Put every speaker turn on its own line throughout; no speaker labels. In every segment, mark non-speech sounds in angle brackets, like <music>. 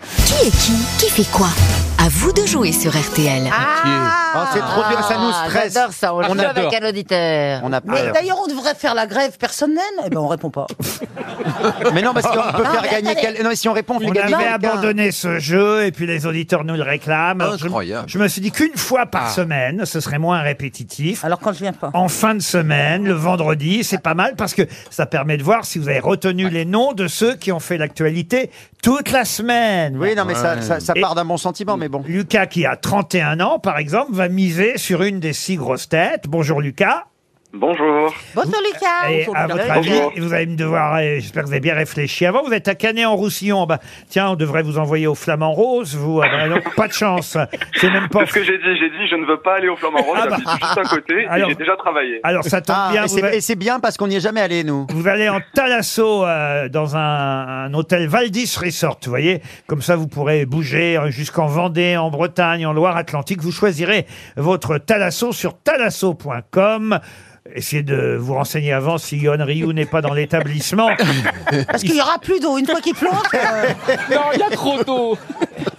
Qui est qui Qui fait quoi À vous de jouer sur RTL.
Ah,
c'est trop dur, ça nous stresse.
J'adore ça, on,
On
joue
adore.
avec un auditeur.
On a
Mais
peur.
d'ailleurs, on devrait faire la grève personnelle. Eh ben, on répond pas.
Mais non, parce qu'on peut
Non,
faire
mais
gagner.
attendez.
quel- Non, mais si on répond, on fait
On
gagner
avait
quelqu'un.
abandonné ce jeu et puis les auditeurs nous le réclament. Je-
Incroyable.
Je, me suis dit qu'une fois par semaine, ce serait moins répétitif.
Alors quand je viens pas.
En fin de semaine, le vendredi, c'est pas mal parce que ça permet de voir si vous avez retenu les noms de ceux qui ont fait l'actualité toute la semaine.
Oui, non, mais ça, ça, ça
Et-
part d'un bon sentiment, mais bon.
Lucas, qui a 31 ans, par exemple, va miser sur une des six grosses têtes. Bonjour Lucas. <laughs>
Bonjour.
Bonjour
Ah,
Lucas.
Et à votre avis,
Bonjour.
vous allez me devoir, euh, j'espère que vous avez bien réfléchi. Avant, vous êtes à Canet-en-Roussillon. Bah, tiens, on devrait vous envoyer au Flamand Rose, vous. Ah bah non, pas de chance. C'est même pas.
C'est ce que j'ai dit. J'ai dit, je ne veux pas aller au Flamand Rose.
Ah bah.
J'habite juste à côté
Alors-
et j'ai déjà travaillé.
Alors, ça tombe
Ah,
bien.
et
hein, Vous,
c'est-
allez-
et c'est bien parce qu'on n'y est jamais allé, nous.
vous allez en Talasso, euh, dans un, un hôtel Valdis Resort, vous voyez. Comme ça, vous pourrez bouger euh, jusqu'en Vendée, en Bretagne, en Loire-Atlantique. Vous choisirez votre Talasso sur talasso.com. Essayez de vous renseigner avant si Yon Ryu n'est pas
<laughs>
dans l'établissement.
Parce qu'il y aura plus d'eau une fois qu'il pleut. euh,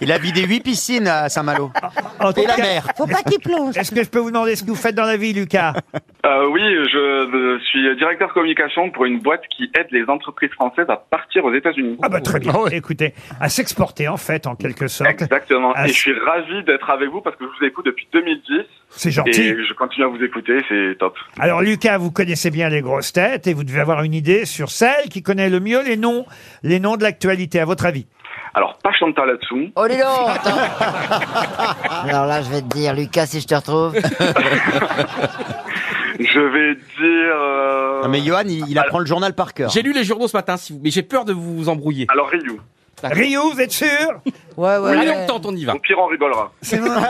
Il a vidé huit piscines à Saint-Malo.
En tout
Et la
cas,
mer.
faut pas qu'il plonge.
Est-ce que je peux vous demander ce que vous faites dans la vie, Lucas
Euh, oui, je euh, suis directeur communication pour une boîte qui aide les entreprises françaises à partir aux États-Unis.
<laughs> Ah bah très bien. Écoutez, à s'exporter en fait, en quelque sorte.
Exactement.
Ah,
et
c'est-
je suis ravi d'être avec vous parce que je vous écoute depuis 2010
C'est gentil.
et je continue à vous écouter. C'est top.
Alors Lucas, vous connaissez bien les grosses têtes et vous devez avoir une idée sur celle qui connaît le mieux les noms, les noms de l'actualité. À votre avis
Alors, pas Chantal là-dessous.
Oh dis donc, attends. Alors là, je vais te dire, Lucas, si je
<laughs>
te retrouve.
Je vais dire. euh,
Non, Ah, mais Johan, il, il apprend le journal par cœur.
J'ai lu les journaux ce matin, si vous... mais j'ai peur de vous embrouiller.
Alors, Ryu.
Rio, vous êtes <laughs> sûr
Ouais, ouais.
Allez,
ouais.
on tente, on y va.
Au pire, on rigolera.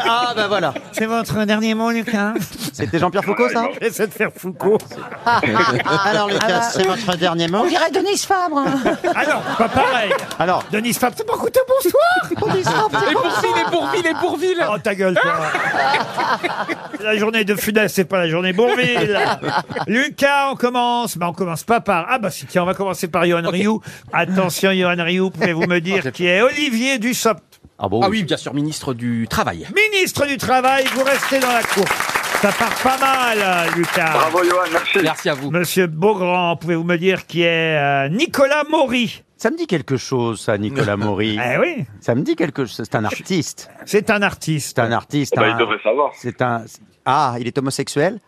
Ah, bah voilà.
C'est votre dernier mot, Lucas hein.
C'était
Ah,
Jean-Pierre Foucault, ça
<laughs>
Ah,
J'essaie de faire Foucault.
Alors, Lucas, c'est votre dernier mot
On dirait Denise Fabre. hein.
Alors, pas pareil.
Alors,
Denis Fab, c'est pas écoutez, bonsoir.
Denise Fabre, c'est
Et
bon.
Bourville, et Bourville, et Bourville
Oh ta gueule, toi. La journée de Funès, c'est pas la journée Bourville. Lucas, on commence. Bah, on commence pas par. Ah, bah, si, tiens, on va commencer par Johan Rioux. Attention, Johan Rioux, pouvez-vous me dire qui est Olivier
bah
Dussopt,
Oh,
Ah oui, bien sûr, ministre du Travail.
ministre du Travail, vous restez dans la course. Ça part pas mal, Lucas.
Bravo, Johan. Merci.
Merci à vous.
Monsieur Beaugrand, pouvez-vous me dire qui est euh, Nicolas Maury
ça me dit quelque chose, ça,
<laughs>
Nicolas Maury.
Eh oui,
Ça me dit quelque chose. C'est un artiste.
c'est un artiste.
C'est un artiste.
Ah
Oh, bah, il
un-
devrait savoir.
C'est un. Ah, il est homosexuel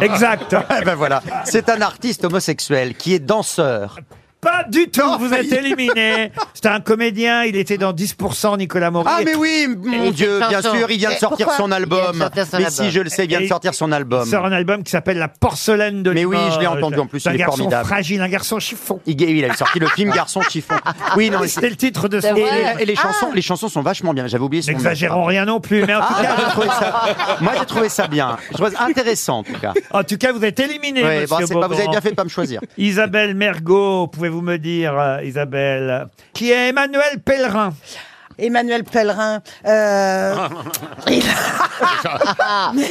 Exact.
Eh ben voilà. C'est un artiste homosexuel qui est danseur.
Pas du tout,
Non,
vous
ça
êtes
y est.
éliminé. C'est un comédien, il était dans 10% Nicolas Maury.
Ah mais oui, mon
Et
Dieu,
cette
bien
chanson.
sûr, il vient de
Et
sortir
pourquoi
son
Il vient de
album.
sortir son
Mais
album.
si, je le sais, il vient de
Et-
sortir son
Il
album.
sort un album qui s'appelle La porcelaine de
Mais oui,
Limoges.
je l'ai entendu, en plus,
C'est un
il est
garçon
formidable.
fragile, un garçon chiffon.
Il, il a sorti le film Garçon chiffon. Oui, non, mais c'est-
C'était le titre de ce
C'est
et,
vrai.
livre.
et les chansons, les chansons sont vachement bien. J'avais oublié. son nom.
N'exagérons rien non plus, mais en tout,
Ah,
cas,
j'ai trouvé ça- Moi, j'ai trouvé ça bien. Je trouve ça intéressant en tout cas.
en tout cas, vous êtes éliminé,
Ouais,
monsieur
bon, c'est pas- vous avez
Beaugrand.
bien fait de pas me choisir.
Isabelle Mergot, pouvez-vous me dire, euh, Isabelle, qui est Emmanuel Pellerin
Emmanuel Pellerin. euh, il-
<laughs>
Mais,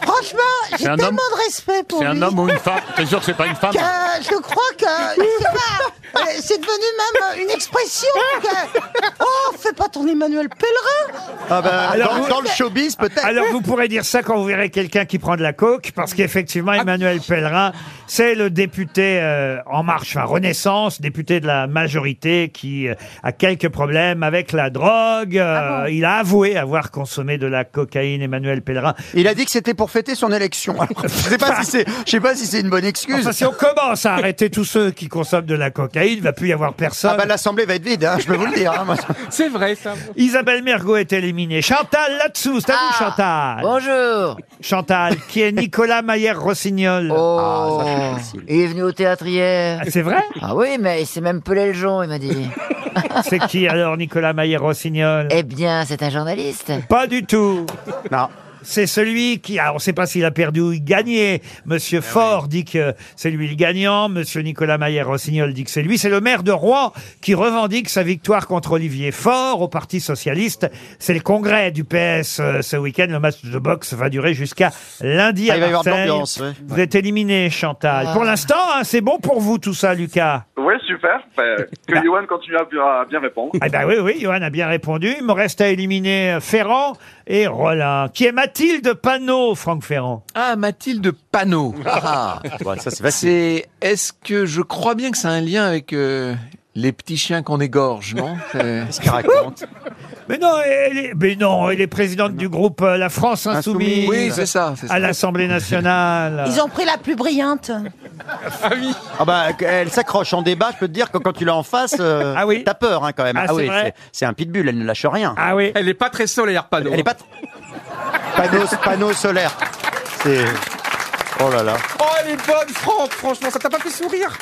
franchement, j'ai
un
tellement
homme.
de respect pour
C'est
lui.
un homme ou une femme T'es sûr que c'est pas une femme
que Euh, je crois que je sais pas, euh, c'est devenu même euh, une expression. que- oh, fais pas ton Emmanuel Pellerin.
Ah bah,
Alors,
dans,
vous-
dans le showbiz peut-être.
Alors vous pourrez dire ça quand vous verrez quelqu'un qui prend de la coke, parce qu'effectivement Emmanuel Pellerin, c'est le député euh, En Marche, enfin Renaissance, député de la majorité qui euh, a quelques problèmes avec la drogue. Euh, il a avoué avoir consommé de la cocaïne, Emmanuel Pellerin.
Il a dit que c'était pour fêter son élection. Alors, je sais pas si c'est, je sais pas si c'est une bonne excuse.
Enfin, si on commence à arrêter tous ceux qui consomment de la cocaïne, il va plus y avoir personne.
Ah bah l'assemblée va être vide, hein, je peux vous le dire. hein, moi.
C'est vrai, ça.
Isabelle Mergot est éliminée. Chantal là-dessous, c'est à vous Chantal.
Bonjour.
Chantal, qui est Nicolas Maillère-Rossignol.
Ah,
Oh, il est venu au théâtre hier.
Ah, C'est vrai
Ah oui, mais il s'est même pelé le jonc, il m'a <laughs> dit.
C'est qui alors Nicolas Maillère-Rossignol
eh bien, c'est un journaliste.
Pas du tout.
Non.
c'est celui qui, alors on ne sait pas s'il a perdu ou gagné.
Ah
Monsieur Faure dit que c'est lui le gagnant. Monsieur Nicolas Maillère-Rossignol dit que c'est lui. C'est le maire de Rouen qui revendique sa victoire contre Olivier Faure au Parti Socialiste. C'est le congrès du PS euh, ce week-end. Le match de boxe va durer jusqu'à lundi
Ah,
à
il va y avoir de
Marseille.
l'ambiance, ouais.
Vous êtes éliminé, Chantal. Pour l'instant, hein, c'est bon pour vous tout ça, Lucas.
Ouais, super. Ben, que Yohan continue à, bu- à bien répondre.
Ah bah oui, oui, Johan a bien répondu. Il me reste à éliminer euh, Ferrand et Rollin. Qui est Mathilde Panot, Franck Ferrand
Ah, Mathilde Panot. Ah.
ça, c'est
C'est. Est-ce que je crois bien que ça a un lien avec euh, les petits chiens qu'on égorge, non C'est-
Qu'est-ce qu'il raconte
Mais non, elle est, mais non, elle est présidente du groupe euh, La France Insoumise.
Insoumise.
Oui, c'est ça. c'est ça.
à l'Assemblée nationale.
Ils ont pris la plus brillante.
Ah bah, elle s'accroche en débat, je peux te dire que quand tu l'as en face, euh,
Ah oui.
t'as peur hein, quand même.
Ah, c'est
oui,
vrai.
c'est- c'est un pitbull, elle ne lâche rien.
Ah oui.
Elle est pas très solaire, Pano.
Elle est pas... tr- panneau, panneau solaire. C'est... Oh là là.
Oh, elle est bonne, Franck. Franchement, ça t'a pas fait sourire.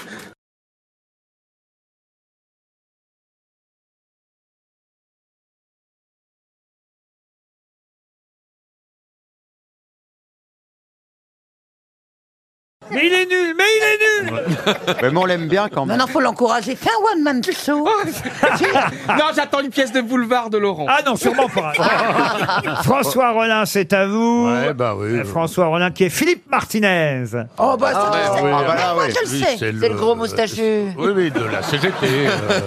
Mais il est nul, mais il est nul
Mais on l'aime bien quand
Non,
même.
non, faut l'encourager. Fais un one-man show.
non, j'attends une pièce de boulevard de Laurent.
Ah non, sûrement pas. François Rollin, c'est à vous.
Ouais, bah oui.
Euh, François Rollin qui est Philippe Martinez.
Oh, bah, ça,
Ah,
je
oui,
sais.
ah, bah là,
Moi,
oui.
je le
Lui,
sais.
C'est le gros moustachu.
Oui, oui, de la CGT. euh,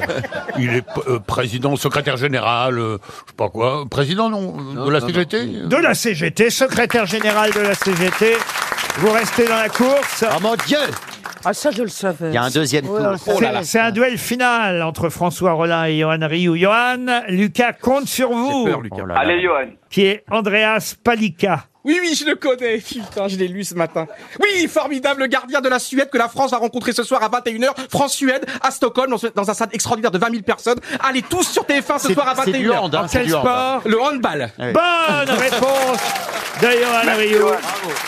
il est p- euh, président, secrétaire général, euh, je sais pas quoi. Président, non, euh, de la CGT
De la CGT, secrétaire général de la CGT. Vous restez dans la course.
Ah mon Dieu
Ah, ça, je le savais.
Il y a un deuxième tour.
Oh
C'est- C'est un duel final entre François Rollin et Johan Rioux. Johan, Lucas compte sur vous,
Peur, Lucas.
Oh là là.
Allez, Johan.
qui est Andreas Palika.
Oui, oui, je le connais. Putain, je l'ai lu ce matin. Oui, formidable gardien de la Suède que la France va rencontrer ce soir à 21h. France-Suède à Stockholm dans- dans un stade extraordinaire de 20 000 personnes. Allez tous sur TF1 ce
C'est-
soir à
c'est du
21h.
hand, hein,
En
c'est
quel
du hand.
sport Le handball.
Oui.
<laughs>
Bonne réponse de Johan Rioux.
Johan.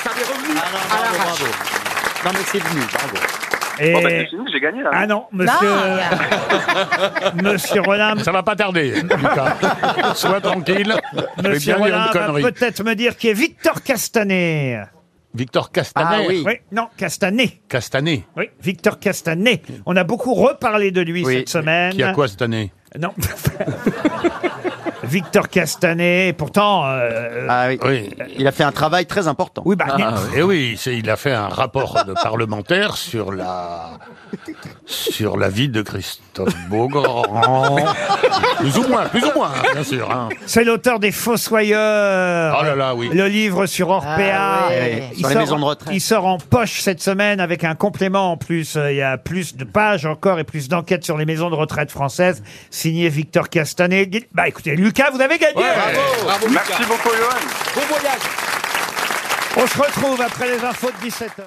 Ça m'est revenu
Ah non,
à
bravo,
l'arrache.
bravo. Non mais c'est venu, bravo.
Et-
Bon, bah, c'est fini, j'ai gagné là.
Ah non,
<laughs>
monsieur, monsieur Rollin,
Ça va pas tarder, Lucas.
<laughs>
Sois tranquille. Mais
monsieur
bien dire
Rollin
une
va
connerie.
peut-être me dire qui est Victor Castaner.
Victor Castanet.
Ah oui.
Oui, non, Castanet.
Castanet.
Oui, Victor Castanet. On a beaucoup reparlé de lui
Oui.
cette semaine.
Qui a quoi cette année
Non. <laughs> Victor Castanet, pourtant... euh,
Ah oui.
Oui.
Il a fait un travail très important.
oui, bah,
Et Eh oui, c'est- il a fait un rapport de parlementaire sur la sur la vie de Christophe
<laughs>
Beaugrand. plus ou moins, plus ou moins, hein, bien sûr. hein.
C'est l'auteur des Fossoyeurs.
Oh là là, oui.
Le livre sur Orpea.
Ah
ouais. Sur les maisons de retraite.
Il sort en poche cette semaine avec un complément en plus. Euh, Il y a plus de pages encore et plus d'enquêtes sur les maisons de retraite françaises. Signé Victor Castanet. Guil- Bah écoutez, Lucas, vous avez gagné.
Bravo, Lucas.
Merci beaucoup, Johan.
Bon voyage.
On se retrouve après les infos de 17h.